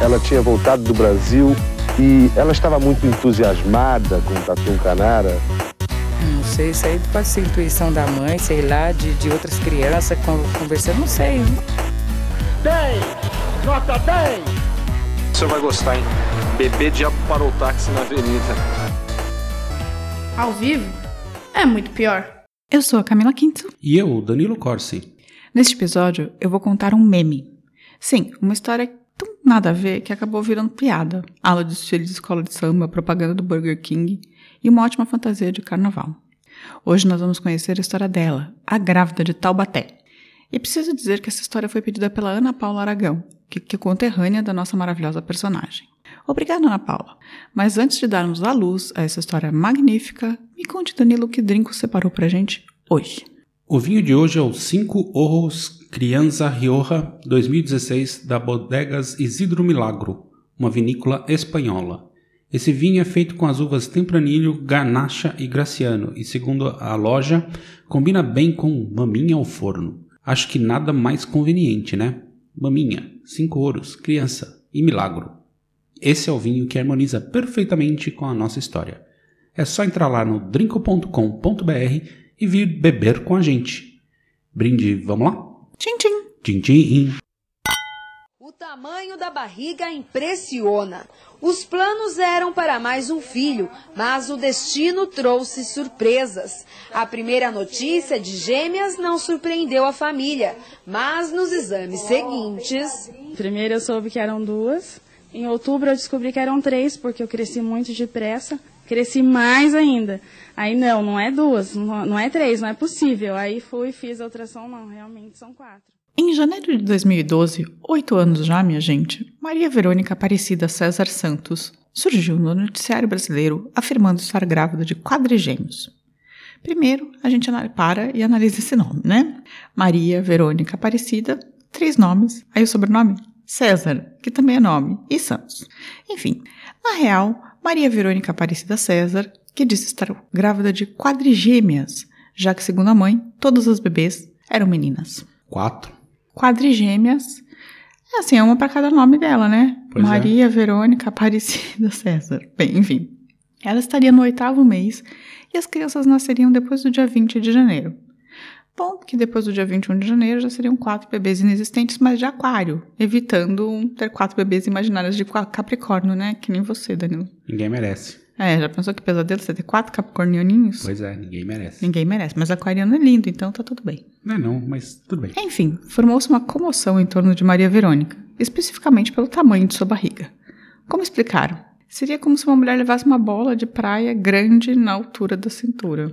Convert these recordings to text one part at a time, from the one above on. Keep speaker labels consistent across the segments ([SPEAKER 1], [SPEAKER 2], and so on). [SPEAKER 1] Ela tinha voltado do Brasil e ela estava muito entusiasmada com o Tatu Canara.
[SPEAKER 2] Não sei, isso aí pode ser intuição da mãe, sei lá, de, de outras crianças con- conversando, não sei.
[SPEAKER 3] 10, nota 10.
[SPEAKER 4] Você vai gostar, hein? Bebê diabo para o táxi na avenida.
[SPEAKER 5] Ao vivo é muito pior.
[SPEAKER 6] Eu sou a Camila Quinto.
[SPEAKER 7] E eu, Danilo Corsi.
[SPEAKER 6] Neste episódio, eu vou contar um meme. Sim, uma história tão nada a ver que acabou virando piada. Aula de desfile de escola de samba, propaganda do Burger King e uma ótima fantasia de carnaval. Hoje nós vamos conhecer a história dela, a grávida de Taubaté. E preciso dizer que essa história foi pedida pela Ana Paula Aragão, que, que é conterrânea da nossa maravilhosa personagem. Obrigada, Ana Paula. Mas antes de darmos a luz a essa história magnífica, me conte, Danilo, que drinco separou pra gente hoje.
[SPEAKER 7] O vinho de hoje é o 5 Orros Crianza Rioja 2016 da Bodegas Isidro Milagro, uma vinícola espanhola. Esse vinho é feito com as uvas Tempranilho, Garnacha e Graciano e, segundo a loja, combina bem com maminha ao forno. Acho que nada mais conveniente, né? Maminha, 5 ouros, criança e milagro. Esse é o vinho que harmoniza perfeitamente com a nossa história. É só entrar lá no drinco.com.br e vir beber com a gente. Brinde, vamos lá?
[SPEAKER 6] Tchim, tchim!
[SPEAKER 7] Tchim, tchim.
[SPEAKER 8] O tamanho da barriga impressiona. Os planos eram para mais um filho, mas o destino trouxe surpresas. A primeira notícia de gêmeas não surpreendeu a família, mas nos exames seguintes.
[SPEAKER 9] Primeiro eu soube que eram duas. Em outubro eu descobri que eram três, porque eu cresci muito depressa. Cresci mais ainda. Aí não, não é duas, não não é três, não é possível. Aí fui e fiz a ultrassom, não, realmente são quatro.
[SPEAKER 6] Em janeiro de 2012, oito anos já, minha gente, Maria Verônica Aparecida César Santos surgiu no noticiário brasileiro afirmando estar grávida de quadrigêmeos. Primeiro, a gente ana- para e analisa esse nome, né? Maria Verônica Aparecida, três nomes, aí o sobrenome? César, que também é nome, e Santos. Enfim, na real, Maria Verônica Aparecida César, que disse estar grávida de quadrigêmeas, já que, segundo a mãe, todas as bebês eram meninas
[SPEAKER 7] Quatro.
[SPEAKER 6] quadrigêmeas. É assim, é uma para cada nome dela, né?
[SPEAKER 7] Pois é.
[SPEAKER 6] Maria, Verônica, Aparecida, César. Bem, enfim. Ela estaria no oitavo mês e as crianças nasceriam depois do dia 20 de janeiro. Bom, que depois do dia 21 de janeiro já seriam quatro bebês inexistentes, mas de aquário, evitando um ter quatro bebês imaginários de qua- Capricórnio, né? Que nem você, Danilo.
[SPEAKER 7] Ninguém merece.
[SPEAKER 6] É, já pensou que pesadelo você ter quatro capricornioninhos?
[SPEAKER 7] Pois é, ninguém merece.
[SPEAKER 6] Ninguém merece, mas aquariano é lindo, então tá tudo bem.
[SPEAKER 7] Não é não, mas tudo bem.
[SPEAKER 6] Enfim, formou-se uma comoção em torno de Maria Verônica, especificamente pelo tamanho de sua barriga. Como explicaram? Seria como se uma mulher levasse uma bola de praia grande na altura da cintura.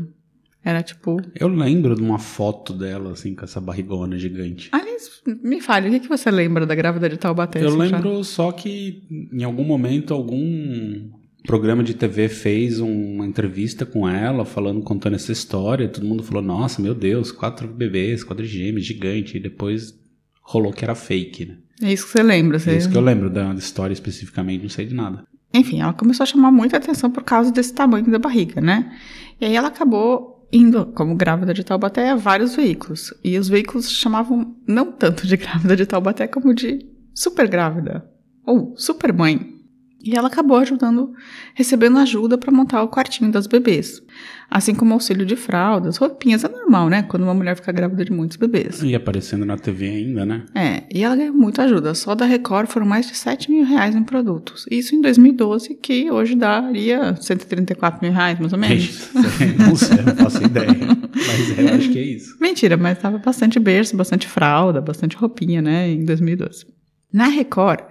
[SPEAKER 6] Era tipo.
[SPEAKER 7] Eu lembro de uma foto dela, assim, com essa barrigona gigante.
[SPEAKER 6] Aliás, me fale, o que, que você lembra da grávida de Taubaté?
[SPEAKER 7] Eu
[SPEAKER 6] assim, já?
[SPEAKER 7] lembro só que em algum momento algum programa de TV fez uma entrevista com ela, falando, contando essa história, e todo mundo falou, nossa, meu Deus, quatro bebês, quadrigêmeos, gigante, e depois rolou que era fake, né?
[SPEAKER 6] É isso que você lembra, você...
[SPEAKER 7] É isso que eu lembro da história especificamente, não sei de nada.
[SPEAKER 6] Enfim, ela começou a chamar muita atenção por causa desse tamanho da barriga, né? E aí ela acabou indo, como grávida de Taubaté, a vários veículos. E os veículos chamavam não tanto de grávida de Taubaté como de super grávida ou super mãe. E ela acabou ajudando, recebendo ajuda para montar o quartinho das bebês. Assim como auxílio de fraldas, roupinhas, é normal, né? Quando uma mulher fica grávida de muitos bebês.
[SPEAKER 7] E aparecendo na TV ainda, né?
[SPEAKER 6] É, e ela ganhou muita ajuda. Só da Record foram mais de 7 mil reais em produtos. Isso em 2012, que hoje daria 134 mil reais, mais ou menos.
[SPEAKER 7] não sei, não faço ideia. Mas eu acho que é isso.
[SPEAKER 6] Mentira, mas tava bastante berço, bastante fralda, bastante roupinha, né, em 2012. Na Record,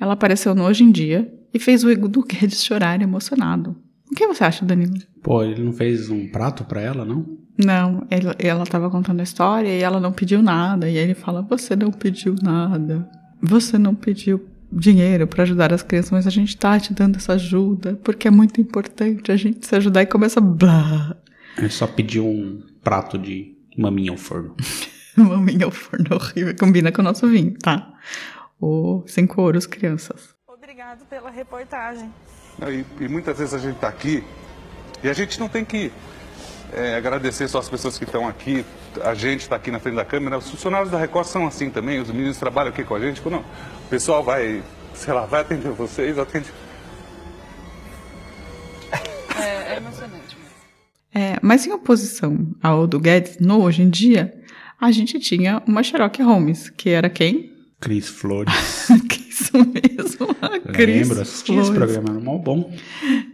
[SPEAKER 6] ela apareceu no Hoje em Dia e fez o Edu Guedes chorar emocionado. O que você acha, Danilo?
[SPEAKER 7] Pô, ele não fez um prato pra ela, não?
[SPEAKER 6] Não, ela, ela tava contando a história e ela não pediu nada. E aí ele fala: Você não pediu nada. Você não pediu dinheiro para ajudar as crianças, mas a gente tá te dando essa ajuda porque é muito importante a gente se ajudar. E começa blá,
[SPEAKER 7] Ele só pediu um prato de maminha ao forno.
[SPEAKER 6] maminha ao forno horrível. Combina com o nosso vinho, tá? Ou sem couros, crianças.
[SPEAKER 10] Obrigado pela reportagem.
[SPEAKER 11] E, e muitas vezes a gente está aqui e a gente não tem que é, agradecer só as pessoas que estão aqui. A gente está aqui na frente da câmera. Os funcionários da Record são assim também. Os meninos trabalham aqui com a gente. Tipo, não, o pessoal vai sei lá, vai atender vocês, atende.
[SPEAKER 12] É, é emocionante mesmo.
[SPEAKER 6] É, mas em oposição ao do Guedes no Hoje em Dia, a gente tinha uma Sherlock Holmes, que era quem?
[SPEAKER 7] Cris Flores.
[SPEAKER 6] Isso mesmo, a Cris
[SPEAKER 7] Lembro, assisti esse
[SPEAKER 6] Flores.
[SPEAKER 7] programa, era mal bom.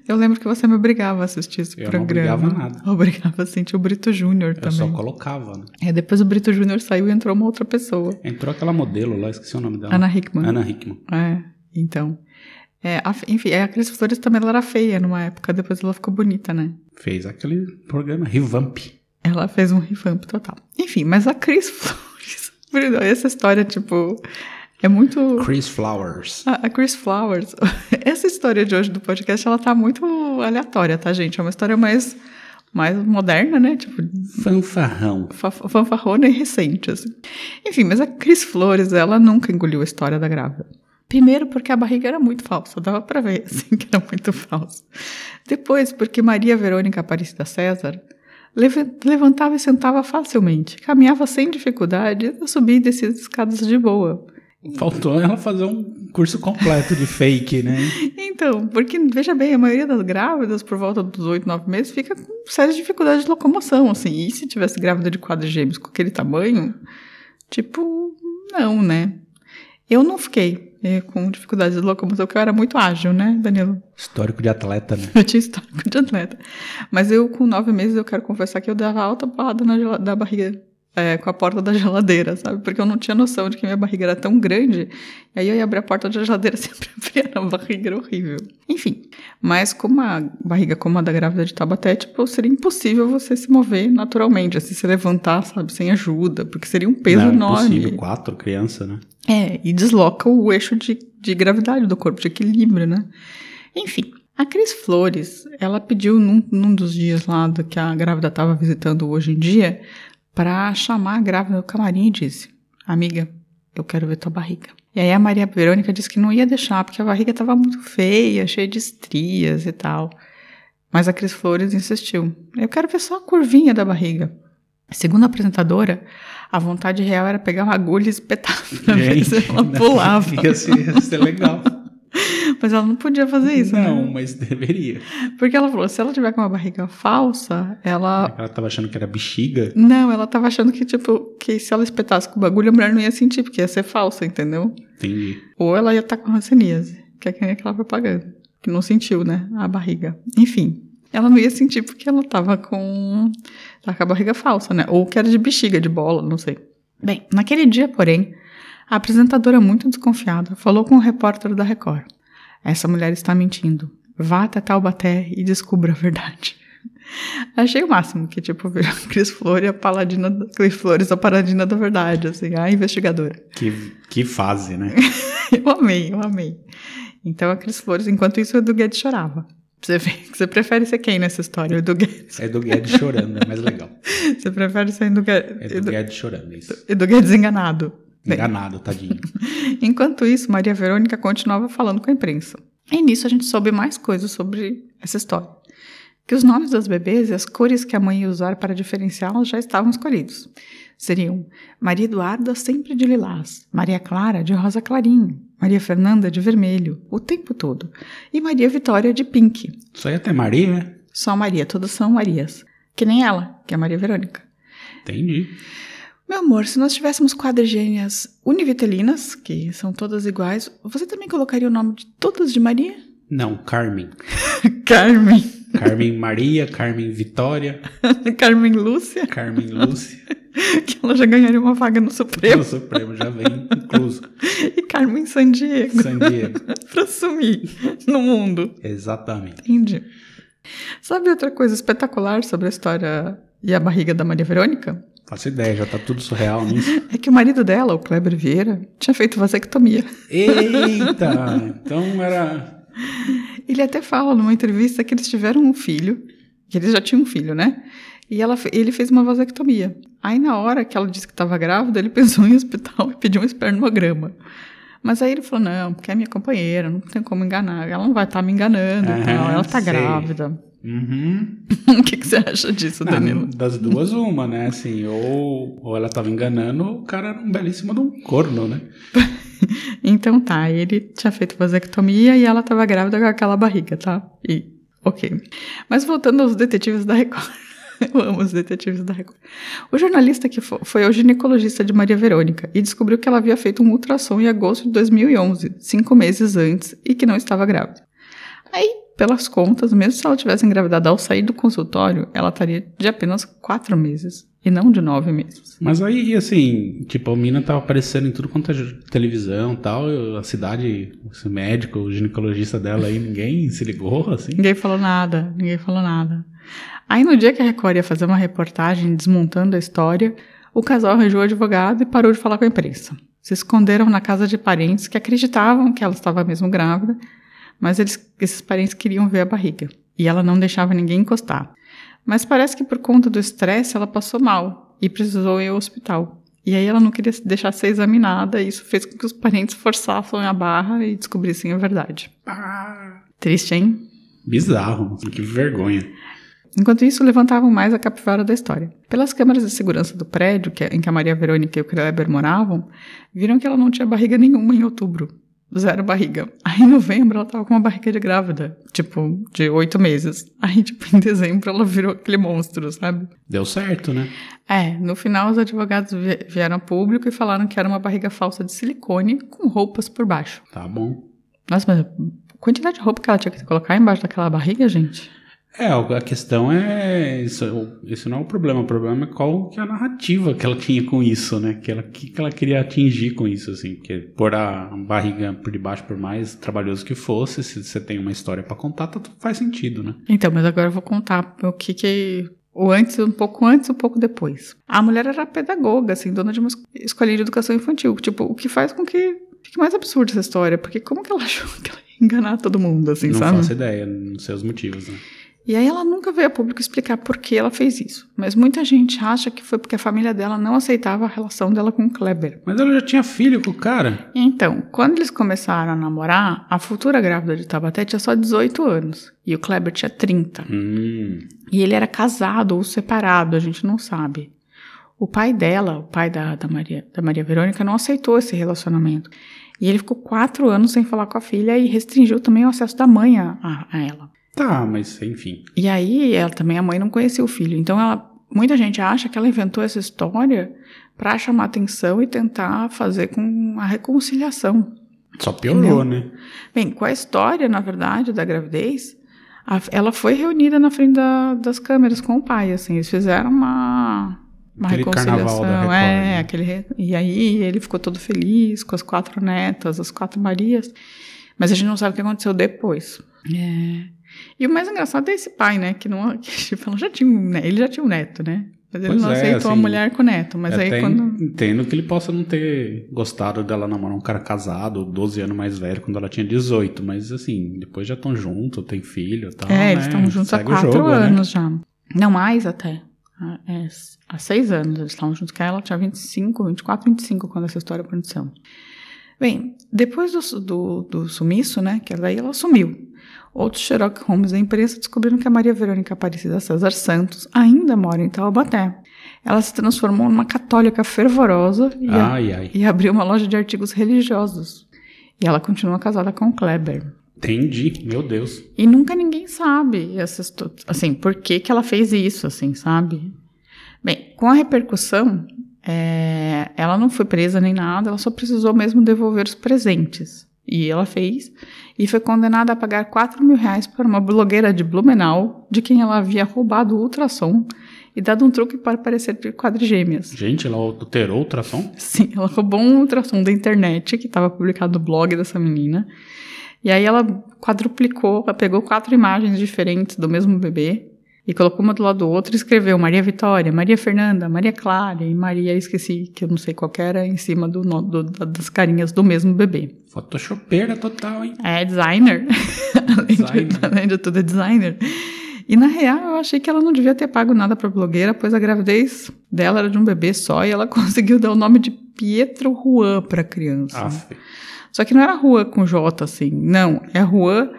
[SPEAKER 6] Eu lembro que você me obrigava a assistir esse
[SPEAKER 7] Eu não
[SPEAKER 6] programa.
[SPEAKER 7] obrigava nada.
[SPEAKER 6] Obrigava a sentir o Brito Júnior
[SPEAKER 7] Eu só
[SPEAKER 6] também.
[SPEAKER 7] colocava, né?
[SPEAKER 6] É, depois o Brito Júnior saiu e entrou uma outra pessoa.
[SPEAKER 7] Entrou aquela modelo lá, esqueci o nome dela.
[SPEAKER 6] Ana Hickman.
[SPEAKER 7] Então, Ana Hickman.
[SPEAKER 6] É, então. É, a- enfim, é, a Cris Flores também ela era feia numa época, depois ela ficou bonita, né?
[SPEAKER 7] Fez aquele programa, Revamp.
[SPEAKER 6] Ela fez um revamp total. Enfim, mas a Cris Flores. Bruno, Essa história, tipo, é muito.
[SPEAKER 7] Chris Flowers.
[SPEAKER 6] A, a Chris Flowers. Essa história de hoje do podcast, ela tá muito aleatória, tá, gente? É uma história mais, mais moderna, né? Tipo,
[SPEAKER 7] Fanfarrão.
[SPEAKER 6] fa- fanfarrona e recente, assim. Enfim, mas a Cris Flores, ela nunca engoliu a história da grávida. Primeiro porque a barriga era muito falsa, dava pra ver, assim, que era muito falsa. Depois porque Maria Verônica Aparecida César leve- levantava e sentava facilmente, caminhava sem dificuldade, subia e descia as escadas de boa.
[SPEAKER 7] Faltou ela fazer um curso completo de fake, né?
[SPEAKER 6] Então, porque, veja bem, a maioria das grávidas, por volta dos oito, nove meses, fica com sérias dificuldades de locomoção, assim. E se tivesse grávida de quadrigêmeos com aquele tamanho, tipo, não, né? Eu não fiquei eh, com dificuldades de locomoção, porque eu era muito ágil, né, Danilo?
[SPEAKER 7] Histórico de atleta, né?
[SPEAKER 6] Eu tinha histórico de atleta. Mas eu, com nove meses, eu quero confessar que eu dava alta porrada na gela- da barriga, é, com a porta da geladeira, sabe? Porque eu não tinha noção de que minha barriga era tão grande. E aí eu ia abrir a porta da geladeira sempre abria a barriga, era horrível. Enfim, mas com uma barriga como a da grávida de Tabaté, tipo, seria impossível você se mover naturalmente, assim, se levantar, sabe, sem ajuda, porque seria um peso
[SPEAKER 7] Não,
[SPEAKER 6] enorme.
[SPEAKER 7] impossível, quatro criança, né?
[SPEAKER 6] É, e desloca o eixo de, de gravidade do corpo, de equilíbrio, né? Enfim, a Cris Flores, ela pediu num, num dos dias lá do que a grávida estava visitando hoje em dia, para chamar a grávida do camarim e disse: Amiga, eu quero ver tua barriga. E aí a Maria Verônica disse que não ia deixar, porque a barriga estava muito feia, cheia de estrias e tal. Mas a Cris Flores insistiu: Eu quero ver só a curvinha da barriga. Segundo a apresentadora, a vontade real era pegar uma agulha e espetar pra ver se ela pulava.
[SPEAKER 7] Ia ser, ia ser legal.
[SPEAKER 6] Mas ela não podia fazer isso,
[SPEAKER 7] Não,
[SPEAKER 6] né?
[SPEAKER 7] mas deveria.
[SPEAKER 6] Porque ela falou, se ela tiver com uma barriga falsa, ela...
[SPEAKER 7] Ela tava achando que era bexiga.
[SPEAKER 6] Não, ela tava achando que, tipo, que se ela espetasse com o bagulho, a mulher não ia sentir, porque ia ser falsa, entendeu?
[SPEAKER 7] Entendi.
[SPEAKER 6] Ou ela ia estar com ranceníase, que é que nem aquela propaganda, que não sentiu, né? A barriga. Enfim, ela não ia sentir porque ela tava com. tava com a barriga falsa, né? Ou que era de bexiga, de bola, não sei. Bem, naquele dia, porém, a apresentadora, muito desconfiada, falou com o repórter da Record: Essa mulher está mentindo. Vá até Taubaté e descubra a verdade. Achei o máximo que, tipo, virou a Cris Flores, a paladina da Cris Flores, a paladina da verdade, assim, a investigadora.
[SPEAKER 7] Que, que fase, né?
[SPEAKER 6] Eu amei, eu amei. Então a Cris Flores, enquanto isso, o Edu Guedes chorava. Você, vê, você prefere ser quem nessa história? O Edu Guedes.
[SPEAKER 7] É do Guedes chorando, é mais legal.
[SPEAKER 6] Você prefere ser Edu Guedes,
[SPEAKER 7] É do Guedes chorando, é isso.
[SPEAKER 6] Edu Guedes enganado. Bem,
[SPEAKER 7] Enganado, tadinho.
[SPEAKER 6] Enquanto isso, Maria Verônica continuava falando com a imprensa. E nisso a gente soube mais coisas sobre essa história. Que os nomes das bebês e as cores que a mãe ia usar para diferenciá-las já estavam escolhidos. Seriam Maria Eduarda, sempre de lilás, Maria Clara, de rosa clarinho, Maria Fernanda, de vermelho, o tempo todo, e Maria Vitória, de pink,
[SPEAKER 7] Só ia ter Maria, né?
[SPEAKER 6] só Maria, todas são Marias. Que nem ela, que é a Maria Verônica.
[SPEAKER 7] Entendi.
[SPEAKER 6] Meu amor, se nós tivéssemos quadrigênias univitelinas, que são todas iguais, você também colocaria o nome de todas de Maria?
[SPEAKER 7] Não, Carmen.
[SPEAKER 6] Carmen.
[SPEAKER 7] Carmen Maria, Carmen Vitória,
[SPEAKER 6] Carmen Lúcia,
[SPEAKER 7] Carmen Lúcia.
[SPEAKER 6] que ela já ganharia uma vaga no Supremo.
[SPEAKER 7] O Supremo já vem incluso.
[SPEAKER 6] E Carmen San Diego. né,
[SPEAKER 7] San Diego.
[SPEAKER 6] pra sumir no mundo.
[SPEAKER 7] Exatamente.
[SPEAKER 6] Entendi. Sabe outra coisa espetacular sobre a história e a barriga da Maria Verônica?
[SPEAKER 7] Faço ideia, já tá tudo surreal nisso.
[SPEAKER 6] É que o marido dela, o Kleber Vieira, tinha feito vasectomia.
[SPEAKER 7] Eita! Então era.
[SPEAKER 6] Ele até fala numa entrevista que eles tiveram um filho, que eles já tinham um filho, né? E ela, fe- ele fez uma vasectomia. Aí, na hora que ela disse que estava grávida, ele pensou em hospital e pediu um espermograma. Mas aí ele falou: não, porque é minha companheira, não tem como enganar. Ela não vai estar me enganando. e
[SPEAKER 7] Aham,
[SPEAKER 6] tal, ela está
[SPEAKER 7] sei.
[SPEAKER 6] grávida.
[SPEAKER 7] Uhum.
[SPEAKER 6] o que, que você acha disso,
[SPEAKER 7] Não,
[SPEAKER 6] Danilo?
[SPEAKER 7] das duas, uma, né? Assim, ou, ou ela tava enganando, ou o cara era um belíssimo de um corno, né?
[SPEAKER 6] então tá, ele tinha feito vasectomia e ela tava grávida com aquela barriga, tá? E, ok. Mas voltando aos detetives da Record. Eu amo os detetives da Record. O jornalista que fo- foi o ginecologista de Maria Verônica e descobriu que ela havia feito um ultrassom em agosto de 2011, cinco meses antes, e que não estava grávida. Aí, pelas contas, mesmo se ela tivesse engravidado ao sair do consultório, ela estaria de apenas quatro meses e não de nove meses.
[SPEAKER 7] Mas aí, assim, tipo, a mina tava aparecendo em tudo quanto é ju- televisão e tal, eu- a cidade, o médico, o ginecologista dela aí, ninguém se ligou, assim.
[SPEAKER 6] Ninguém falou nada, ninguém falou nada. Aí no dia que a Record ia fazer uma reportagem desmontando a história, o casal arranjou o advogado e parou de falar com a imprensa. Se esconderam na casa de parentes que acreditavam que ela estava mesmo grávida, mas eles- esses parentes queriam ver a barriga. E ela não deixava ninguém encostar. Mas parece que por conta do estresse ela passou mal e precisou ir ao hospital. E aí ela não queria se deixar ser examinada e isso fez com que os parentes forçassem a barra e descobrissem a verdade. Triste, hein?
[SPEAKER 7] Bizarro, que vergonha.
[SPEAKER 6] Enquanto isso, levantavam mais a capivara da história. Pelas câmeras de segurança do prédio, que- é- em que a Maria Verônica e o Kleber moravam, viram que ela não tinha barriga nenhuma em outubro. Zero barriga. Aí em novembro ela tava com uma barriga de grávida, tipo, de oito meses. Aí, tipo, em dezembro ela virou aquele monstro, sabe?
[SPEAKER 7] Deu certo, né?
[SPEAKER 6] É, no final os advogados vi- vieram a público e falaram que era uma barriga falsa de silicone com roupas por baixo.
[SPEAKER 7] Tá bom.
[SPEAKER 6] Nossa, mas a quantidade de roupa que ela tinha que colocar embaixo daquela barriga, gente?
[SPEAKER 7] É, a questão é. Isso, isso não é o problema. O problema é qual que é a narrativa que ela tinha com isso, né? Que ela, que, que ela queria atingir com isso, assim. Porque pôr a barriga por debaixo, por mais trabalhoso que fosse, se você tem uma história pra contar, tá- faz sentido, né?
[SPEAKER 6] Então, mas agora eu vou contar o que que... O antes, um pouco antes, um pouco depois. A mulher era pedagoga, assim, dona de uma es- escolinha de educação infantil. Tipo, o que faz com que fique mais absurda essa história. Porque como que ela achou que ela ia enganar todo mundo, assim,
[SPEAKER 7] não
[SPEAKER 6] sabe?
[SPEAKER 7] faço ideia, não sei os motivos, né?
[SPEAKER 6] E aí ela nunca veio a público explicar por que ela fez isso. Mas muita gente acha que foi porque a família dela não aceitava a relação dela com o Kleber.
[SPEAKER 7] Mas ela já tinha filho com o cara.
[SPEAKER 6] Então, quando eles começaram a namorar, a futura grávida de Tabaté tinha só 18 anos e o Kleber tinha 30.
[SPEAKER 7] Hum,
[SPEAKER 6] E ele era casado ou separado, a gente não sabe. O pai dela, o pai da, da, Maria, da Maria Verônica, não aceitou esse relacionamento. E ele ficou quatro anos sem falar com a filha e restringiu também o acesso da mãe a, a- a ela.
[SPEAKER 7] Tá, mas enfim.
[SPEAKER 6] E aí, ela também, a mãe não conhecia o filho. Então, ela, muita gente acha que ela inventou essa história para chamar atenção e tentar fazer com a reconciliação.
[SPEAKER 7] Só piorou,
[SPEAKER 6] Entendeu?
[SPEAKER 7] né?
[SPEAKER 6] Bem, com a história, na verdade, da gravidez, a- ela foi reunida na frente da- das câmeras com o pai, assim, eles fizeram uma, uma
[SPEAKER 7] Aquele
[SPEAKER 6] reconciliação.
[SPEAKER 7] carnaval da Record,
[SPEAKER 6] é,
[SPEAKER 7] né?
[SPEAKER 6] aquele re- e aí ele ficou todo feliz com as quatro netas, as quatro Marias, mas a gente não sabe o que aconteceu depois. É. E o mais engraçado é esse pai, né, que não que, tipo, ela já tinha um, ne- ele já tinha um neto, né? Mas ele
[SPEAKER 7] Pois
[SPEAKER 6] não
[SPEAKER 7] é,
[SPEAKER 6] aceitou a
[SPEAKER 7] assim,
[SPEAKER 6] mulher com o neto, mas
[SPEAKER 7] Eu
[SPEAKER 6] aí
[SPEAKER 7] até
[SPEAKER 6] quando
[SPEAKER 7] Entendo que ele possa não ter gostado dela namorar um cara casado, 12 anos mais velho, quando ela tinha 18. Mas assim, depois já estão juntos, tem filho e tal.
[SPEAKER 6] é,
[SPEAKER 7] né?
[SPEAKER 6] eles estão juntos há
[SPEAKER 7] Segue o
[SPEAKER 6] quatro
[SPEAKER 7] jogo, né?
[SPEAKER 6] anos já. Não mais até. Há- é, s- há seis anos eles estavam juntos, que ela tinha 25, 24, 25 quando essa história aconteceu. Bem, depois do, su- do, do sumiço, né, que daí ela sumiu. Outros Sherlock Holmes da imprensa descobriram que a Maria Verônica Aparecida César Santos ainda mora em Taubaté. Ela se transformou numa católica fervorosa e, a-
[SPEAKER 7] Ai, ai.
[SPEAKER 6] e abriu uma loja de artigos religiosos. E ela continua casada com o Kleber.
[SPEAKER 7] Entendi, meu Deus.
[SPEAKER 6] E nunca ninguém sabe, essa histo- assim, por que, que ela fez isso, assim, sabe? Bem, com a repercussão, é, ela não foi presa nem nada, ela só precisou mesmo devolver os presentes. E ela fez, e foi condenada a pagar 4 mil reais para uma blogueira de Blumenau, de quem ela havia roubado o ultrassom e dado um truque para parecer ter quadrigêmeas.
[SPEAKER 7] Gente, ela alterou o ultrassom?
[SPEAKER 6] Sim, ela roubou um ultrassom da internet que estava publicado no blog dessa menina. E aí ela quadruplicou, ela pegou quatro imagens diferentes do mesmo bebê e colocou uma do lado do outro e escreveu Maria Vitória, Maria Fernanda, Maria Clara e Maria, esqueci que eu não sei qual que era, em cima do, no- do- da- das carinhas do mesmo bebê.
[SPEAKER 7] Photoshopeira total, hein?
[SPEAKER 6] É designer. além, De, além de tudo, é designer. E na real, eu achei que ela não devia ter pago nada pra blogueira, pois a gravidez dela era de um bebê só e ela conseguiu dar o nome de Pietro Juan pra criança.
[SPEAKER 7] Aff.
[SPEAKER 6] Só que não era Juan com J assim, não. É Juan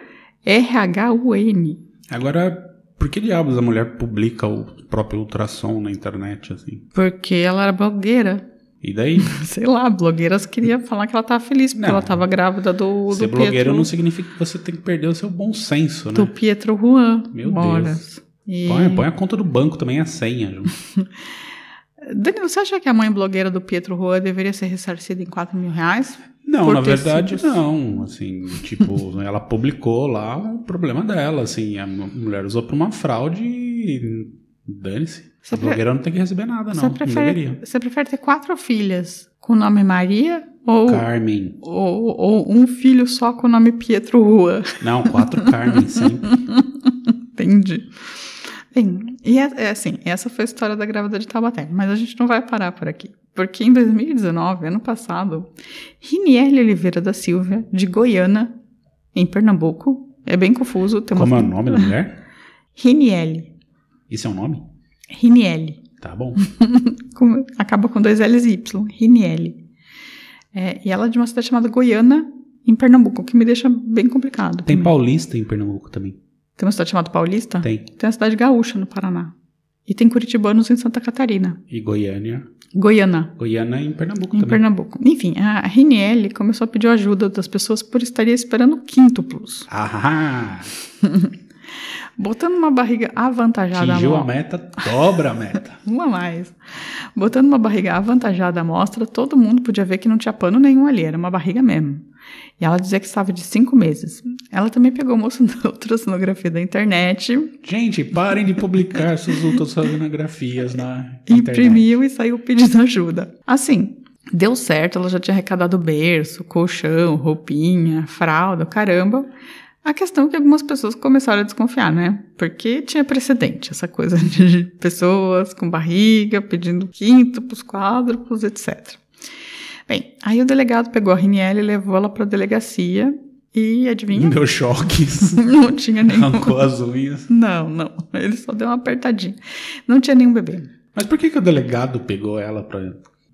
[SPEAKER 6] R-H-U-N.
[SPEAKER 7] Agora, por que diabos a mulher publica o próprio ultrassom na internet, assim?
[SPEAKER 6] Porque ela era blogueira.
[SPEAKER 7] E daí?
[SPEAKER 6] Sei lá, a blogueira queria falar que ela tava feliz, porque
[SPEAKER 7] Não.
[SPEAKER 6] ela tava grávida do, do
[SPEAKER 7] Ser
[SPEAKER 6] Pietro.
[SPEAKER 7] blogueiro não significa que você tem que perder o seu bom senso, né?
[SPEAKER 6] Do Pietro Juan.
[SPEAKER 7] Meu
[SPEAKER 6] Moras.
[SPEAKER 7] Deus.
[SPEAKER 6] E-
[SPEAKER 7] Põe, põe a conta do banco também, a senha. Ju.
[SPEAKER 6] Danilo, você acha que a mãe blogueira do Pietro Juan deveria ser ressarcida em 4 mil reais?
[SPEAKER 7] Não,
[SPEAKER 6] Por
[SPEAKER 7] na
[SPEAKER 6] ter
[SPEAKER 7] verdade
[SPEAKER 6] sido-
[SPEAKER 7] não. Assim, tipo, ela publicou lá o problema dela. Assim, a m- mulher usou pra uma fraude e dane-se.
[SPEAKER 6] Você
[SPEAKER 7] A
[SPEAKER 6] pre-
[SPEAKER 7] blogueira não tem que receber nada, não.
[SPEAKER 6] Você
[SPEAKER 7] Não
[SPEAKER 6] prefere,
[SPEAKER 7] deveria.
[SPEAKER 6] você prefere ter quatro filhas com o nome Maria ou,
[SPEAKER 7] Carmen.
[SPEAKER 6] ou, ou um filho só com o nome Pietro Rua?
[SPEAKER 7] Não, quatro Carmen, sim.
[SPEAKER 6] Entendi. Bem, e é, é assim, essa foi a história da grávida de Taubaté, mas a gente não vai parar por aqui. Porque em 2019, ano passado, Riniele Oliveira da Silva, de Goiânia, em Pernambuco, é bem confuso. Tem uma-
[SPEAKER 7] Como é o nome da mulher?
[SPEAKER 6] Riniele.
[SPEAKER 7] Isso é um nome?
[SPEAKER 6] Riniele.
[SPEAKER 7] Tá bom.
[SPEAKER 6] com- acaba com dois L's e Y, Riniele. É, e ela é de uma cidade chamada Goiânia, em Pernambuco, o que me deixa bem complicado.
[SPEAKER 7] Tem
[SPEAKER 6] também.
[SPEAKER 7] paulista em Pernambuco também.
[SPEAKER 6] Tem uma cidade chamada Paulista?
[SPEAKER 7] Tem.
[SPEAKER 6] Tem a cidade gaúcha no Paraná. E tem curitibanos em Santa Catarina.
[SPEAKER 7] E Goiânia.
[SPEAKER 6] Goiânia.
[SPEAKER 7] Goiânia é em Pernambuco
[SPEAKER 6] Em
[SPEAKER 7] também.
[SPEAKER 6] Pernambuco. Enfim, a RNL começou a pedir ajuda das pessoas por estaria esperando quíntuplos.
[SPEAKER 7] Ah,
[SPEAKER 6] Botando uma barriga avantajada à
[SPEAKER 7] atingiu a
[SPEAKER 6] mo-
[SPEAKER 7] meta, dobra a meta.
[SPEAKER 6] Uma a mais. Botando uma barriga avantajada à mostra, todo mundo podia ver que não tinha pano nenhum ali, era uma barriga mesmo. E ela dizia que estava de cinco meses. Ela também pegou o moço da ultrassonografia da internet,
[SPEAKER 7] Gente, parem de publicar suas ultrassonografias na internet.
[SPEAKER 6] imprimiu e saiu pedindo ajuda. Assim, deu certo, ela já tinha arrecadado berço, colchão, roupinha, fralda, caramba. A questão é que algumas pessoas começaram a desconfiar, né? Porque tinha precedente, essa coisa de pessoas com barriga pedindo quíntuplos, quádruplos, etc. Bem, aí o delegado pegou a Riniele e levou ela para a delegacia e adivinha?
[SPEAKER 7] Deu choques,
[SPEAKER 6] Não tinha nenhum.
[SPEAKER 7] arrancou as unhas.
[SPEAKER 6] Não, não. Ele só deu uma apertadinha. Não tinha nenhum bebê.
[SPEAKER 7] Mas por que, que o delegado pegou ela pra,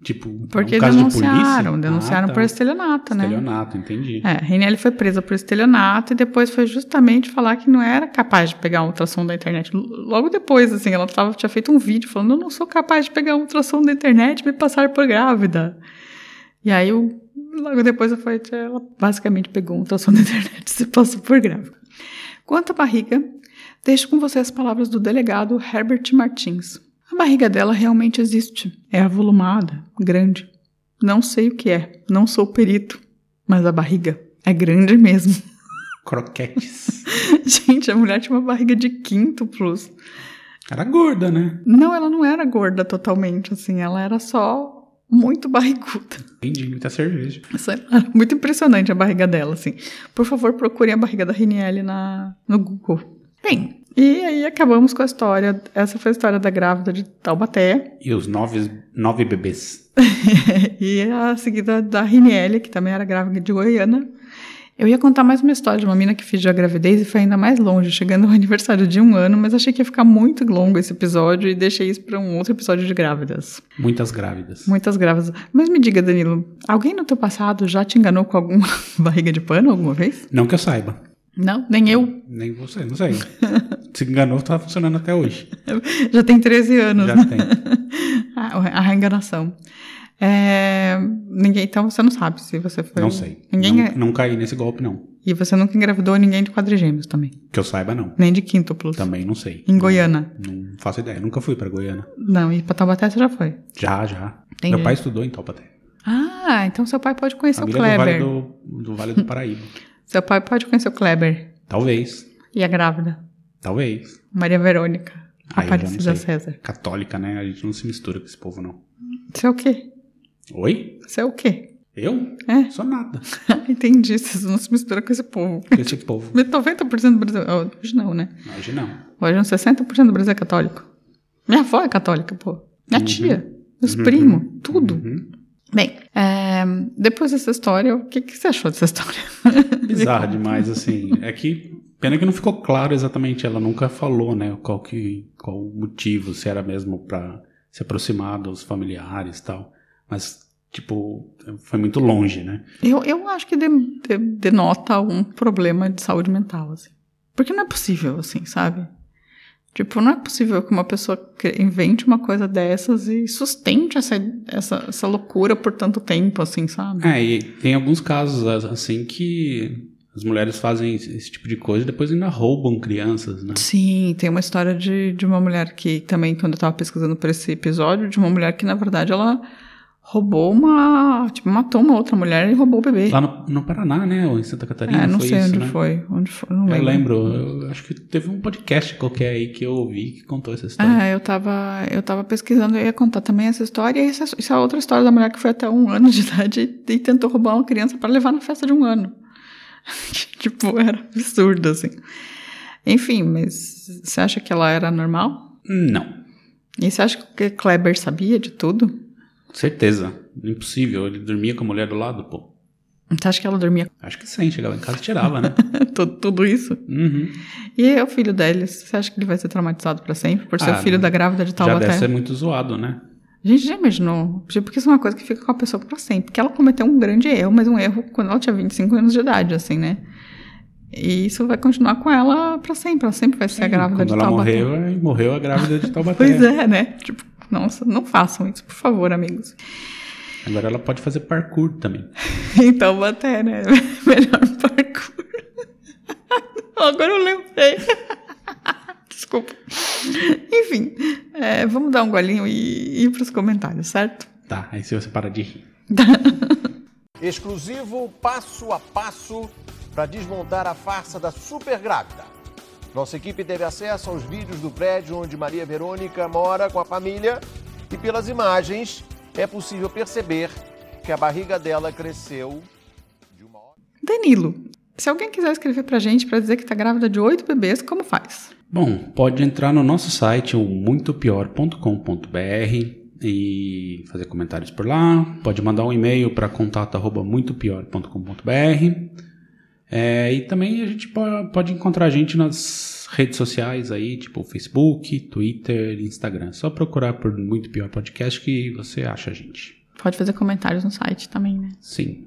[SPEAKER 7] tipo,
[SPEAKER 6] Porque
[SPEAKER 7] um caso de polícia?
[SPEAKER 6] denunciaram, denunciaram
[SPEAKER 7] Ah, tá.
[SPEAKER 6] por estelionato, né?
[SPEAKER 7] Estelionato, entendi.
[SPEAKER 6] É, Reniele foi presa por estelionato e depois foi justamente falar que não era capaz de pegar um ultrassom da internet. L- Logo depois, assim, ela tava, tinha feito um vídeo falando: Eu não sou capaz de pegar um ultrassom da internet e me passar por grávida. E aí, o- logo depois, foi, ela basicamente pegou um ultrassom da internet e se passou por grávida. Quanto à barriga, deixo com você as palavras do delegado Herbert Martins. A barriga dela realmente existe. É avolumada, grande. Não sei o que é, não sou perito, mas a barriga é grande mesmo.
[SPEAKER 7] Croquetes.
[SPEAKER 6] Gente, a mulher tinha uma barriga de quíntuplos.
[SPEAKER 7] Era gorda, né?
[SPEAKER 6] Não, ela não era gorda totalmente, assim, ela era só muito barriguda.
[SPEAKER 7] Entendi, muita cerveja.
[SPEAKER 6] Sei lá, muito impressionante a barriga dela, assim. Por favor, procurem a barriga da Riniele na, no Google. Bem, e aí acabamos com a história. Essa foi a história da grávida de Taubaté.
[SPEAKER 7] E os nove, nove bebês.
[SPEAKER 6] e a seguida da Riniele, que também era grávida de Goiânia. Eu ia contar mais uma história de uma mina que fingiu a gravidez e foi ainda mais longe, chegando ao aniversário de um ano, mas achei que ia ficar muito longo esse episódio e deixei isso para um outro episódio de grávidas.
[SPEAKER 7] Muitas grávidas.
[SPEAKER 6] Muitas grávidas. Mas me diga, Danilo, alguém no teu passado já te enganou com alguma barriga de pano alguma vez?
[SPEAKER 7] Não que eu saiba.
[SPEAKER 6] Não, nem eu.
[SPEAKER 7] Nem você, não sei. Se enganou, tá funcionando até hoje.
[SPEAKER 6] Já tem 13 anos.
[SPEAKER 7] Já
[SPEAKER 6] né?
[SPEAKER 7] tem.
[SPEAKER 6] a, a enganação. É, ninguém, então você não sabe se você foi.
[SPEAKER 7] Não sei.
[SPEAKER 6] Ninguém
[SPEAKER 7] não,
[SPEAKER 6] é-
[SPEAKER 7] não caí nesse golpe, não.
[SPEAKER 6] E você nunca engravidou ninguém de quadrigêmeos também.
[SPEAKER 7] Que eu saiba, não.
[SPEAKER 6] Nem de quíntuplos.
[SPEAKER 7] Também não sei.
[SPEAKER 6] Em Goiânia.
[SPEAKER 7] Não faço ideia. Nunca fui pra Goiânia.
[SPEAKER 6] Não, e pra Taubaté você já foi.
[SPEAKER 7] Já, já.
[SPEAKER 6] Entendi.
[SPEAKER 7] Meu pai estudou em Taubaté.
[SPEAKER 6] Ah, então seu pai pode conhecer é o
[SPEAKER 7] Família do Vale
[SPEAKER 6] Kleber.
[SPEAKER 7] do, do Vale do Paraíba.
[SPEAKER 6] Seu pai pode conhecer o Kleber.
[SPEAKER 7] talvez.
[SPEAKER 6] E a grávida.
[SPEAKER 7] Talvez.
[SPEAKER 6] Maria Verônica.
[SPEAKER 7] Aí eu já não
[SPEAKER 6] Aparecida
[SPEAKER 7] sei.
[SPEAKER 6] César.
[SPEAKER 7] Católica, né? A gente não se mistura com esse povo, não.
[SPEAKER 6] Você é o quê?
[SPEAKER 7] Oi?
[SPEAKER 6] Você é o quê?
[SPEAKER 7] Eu?
[SPEAKER 6] É?
[SPEAKER 7] Sou nada.
[SPEAKER 6] Entendi. Vocês não se misturam com esse povo.
[SPEAKER 7] Com esse povo.
[SPEAKER 6] 90% do Brasil. oh, Hoje não, né?
[SPEAKER 7] Hoje não.
[SPEAKER 6] Hoje uns 60% do Brasil é católico. Minha avó é católica, pô. Minha
[SPEAKER 7] Uhum.
[SPEAKER 6] tia, meus
[SPEAKER 7] Uhum.
[SPEAKER 6] primos, tudo.
[SPEAKER 7] Uhum.
[SPEAKER 6] Bem, é, depois dessa história, o que, que você achou dessa história?
[SPEAKER 7] Bizarro demais, assim. É que. Pena que não ficou claro exatamente. Ela nunca falou, né? Qual, que, qual o motivo, se era mesmo pra se aproximar dos familiares e tal. Mas, tipo, foi muito longe, né?
[SPEAKER 6] Eu, eu acho que de- de- denota um problema de saúde mental, assim. Porque não é possível, assim, sabe? Tipo, não é possível que uma pessoa cri- invente uma coisa dessas e sustente essa, essa, essa loucura por tanto tempo, assim, sabe?
[SPEAKER 7] É, e tem alguns casos assim que as mulheres fazem esse esse tipo de coisa e depois ainda roubam crianças, né?
[SPEAKER 6] Sim, tem uma história de, de uma mulher que também, quando eu tava pesquisando por esse episódio, de uma mulher que, na verdade, ela roubou uma. Tipo, matou uma outra mulher e roubou o bebê.
[SPEAKER 7] Lá no, no Paraná, né? Ou em Santa Catarina,
[SPEAKER 6] é, não
[SPEAKER 7] foi
[SPEAKER 6] sei
[SPEAKER 7] isso,
[SPEAKER 6] onde
[SPEAKER 7] né?
[SPEAKER 6] foi. Onde foi, não
[SPEAKER 7] eu
[SPEAKER 6] lembro.
[SPEAKER 7] lembro, eu acho que teve um podcast qualquer aí que eu ouvi que contou essa história.
[SPEAKER 6] É, eu tava, eu tava pesquisando, eu ia contar também essa história e essa, essa outra história da mulher que foi até um ano de idade e, e tentou roubar uma criança para levar na festa de um ano. tipo, era absurdo, assim. Enfim, mas você acha que ela era normal?
[SPEAKER 7] Não,
[SPEAKER 6] E você acha que o Kleber sabia de tudo?
[SPEAKER 7] certeza. Impossível. Ele dormia com a mulher do lado, pô.
[SPEAKER 6] Você acha que ela dormia
[SPEAKER 7] Acho que sim, chegava em casa e tirava, né?
[SPEAKER 6] tudo, tudo isso?
[SPEAKER 7] Uhum.
[SPEAKER 6] E o filho dele, você acha que ele vai ser traumatizado para sempre por ser
[SPEAKER 7] Ah,
[SPEAKER 6] o filho da grávida de
[SPEAKER 7] Já
[SPEAKER 6] Taubaté?
[SPEAKER 7] deve ser muito zoado, né?
[SPEAKER 6] A gente já imaginou, tipo, porque isso é uma coisa que fica com a pessoa pra sempre. Porque ela cometeu um grande erro, mas um erro quando ela tinha 25 anos de idade, assim, né? E isso vai continuar com ela pra sempre. Ela sempre vai ser a grávida
[SPEAKER 7] Quando
[SPEAKER 6] de
[SPEAKER 7] ela
[SPEAKER 6] Taubaté.
[SPEAKER 7] morreu, aí morreu a grávida de Taubaté.
[SPEAKER 6] Pois é, né? Tipo, nossa, não façam isso, por favor, amigos.
[SPEAKER 7] Agora ela pode fazer parkour também.
[SPEAKER 6] Então, Taubaté, né? Melhor parkour. Agora eu lembrei. Desculpa. Enfim, é, vamos dar um golinho e ir pros comentários, certo?
[SPEAKER 7] Tá, aí se você para de rir.
[SPEAKER 13] Exclusivo passo a passo para desmontar a farsa da super grávida. Nossa equipe teve acesso aos vídeos do prédio onde Maria Verônica mora com a família e pelas imagens é possível perceber que a barriga dela cresceu
[SPEAKER 6] Danilo, se alguém quiser escrever pra gente pra dizer que tá grávida de oito bebês, como faz?
[SPEAKER 7] Bom, pode entrar no nosso site, o muitopior.com.br e fazer comentários por lá. Pode mandar um e-mail para contato.muitopior.com.br é, e também a gente po- pode encontrar a gente nas redes sociais aí, tipo Facebook, Twitter, Instagram. Só procurar por Muito Pior Podcast que você acha a gente.
[SPEAKER 6] Pode fazer comentários no site também, né?
[SPEAKER 7] Sim,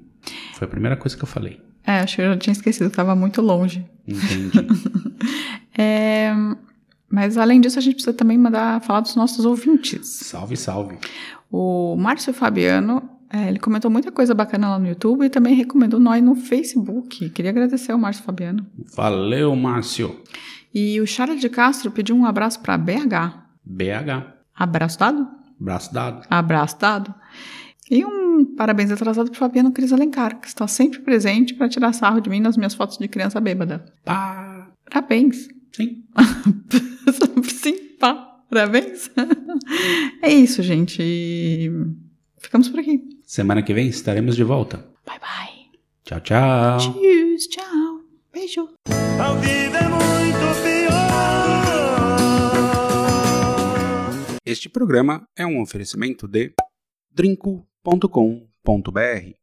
[SPEAKER 7] foi a primeira coisa que eu falei.
[SPEAKER 6] É, acho que eu já tinha esquecido, tava muito longe.
[SPEAKER 7] Entendi.
[SPEAKER 6] É, mas além disso, a gente precisa também mandar falar dos nossos ouvintes.
[SPEAKER 7] salve, salve.
[SPEAKER 6] O Márcio Fabiano, é, ele comentou muita coisa bacana lá no YouTube e também recomendou nós no Facebook. Queria agradecer ao Márcio Fabiano.
[SPEAKER 7] Valeu, Márcio.
[SPEAKER 6] E o Charles de Castro pediu um abraço pra BH.
[SPEAKER 7] BH.
[SPEAKER 6] Abraço dado?
[SPEAKER 7] Braço dado.
[SPEAKER 6] Abraço dado. E um parabéns atrasado para Fabiano Cris Alencar, que está sempre presente para tirar sarro de mim nas minhas fotos de criança bêbada.
[SPEAKER 7] Pá!
[SPEAKER 6] Parabéns.
[SPEAKER 7] Sim.
[SPEAKER 6] Sim, pá. Parabéns. é isso, gente. E Ficamos por aqui.
[SPEAKER 7] Semana que vem estaremos de volta. Bye bye. Tchau, tchau.
[SPEAKER 6] Tchau, tchau. Beijo.
[SPEAKER 3] A vida é muito pior.
[SPEAKER 7] Este programa é um oferecimento de drinco.com.br.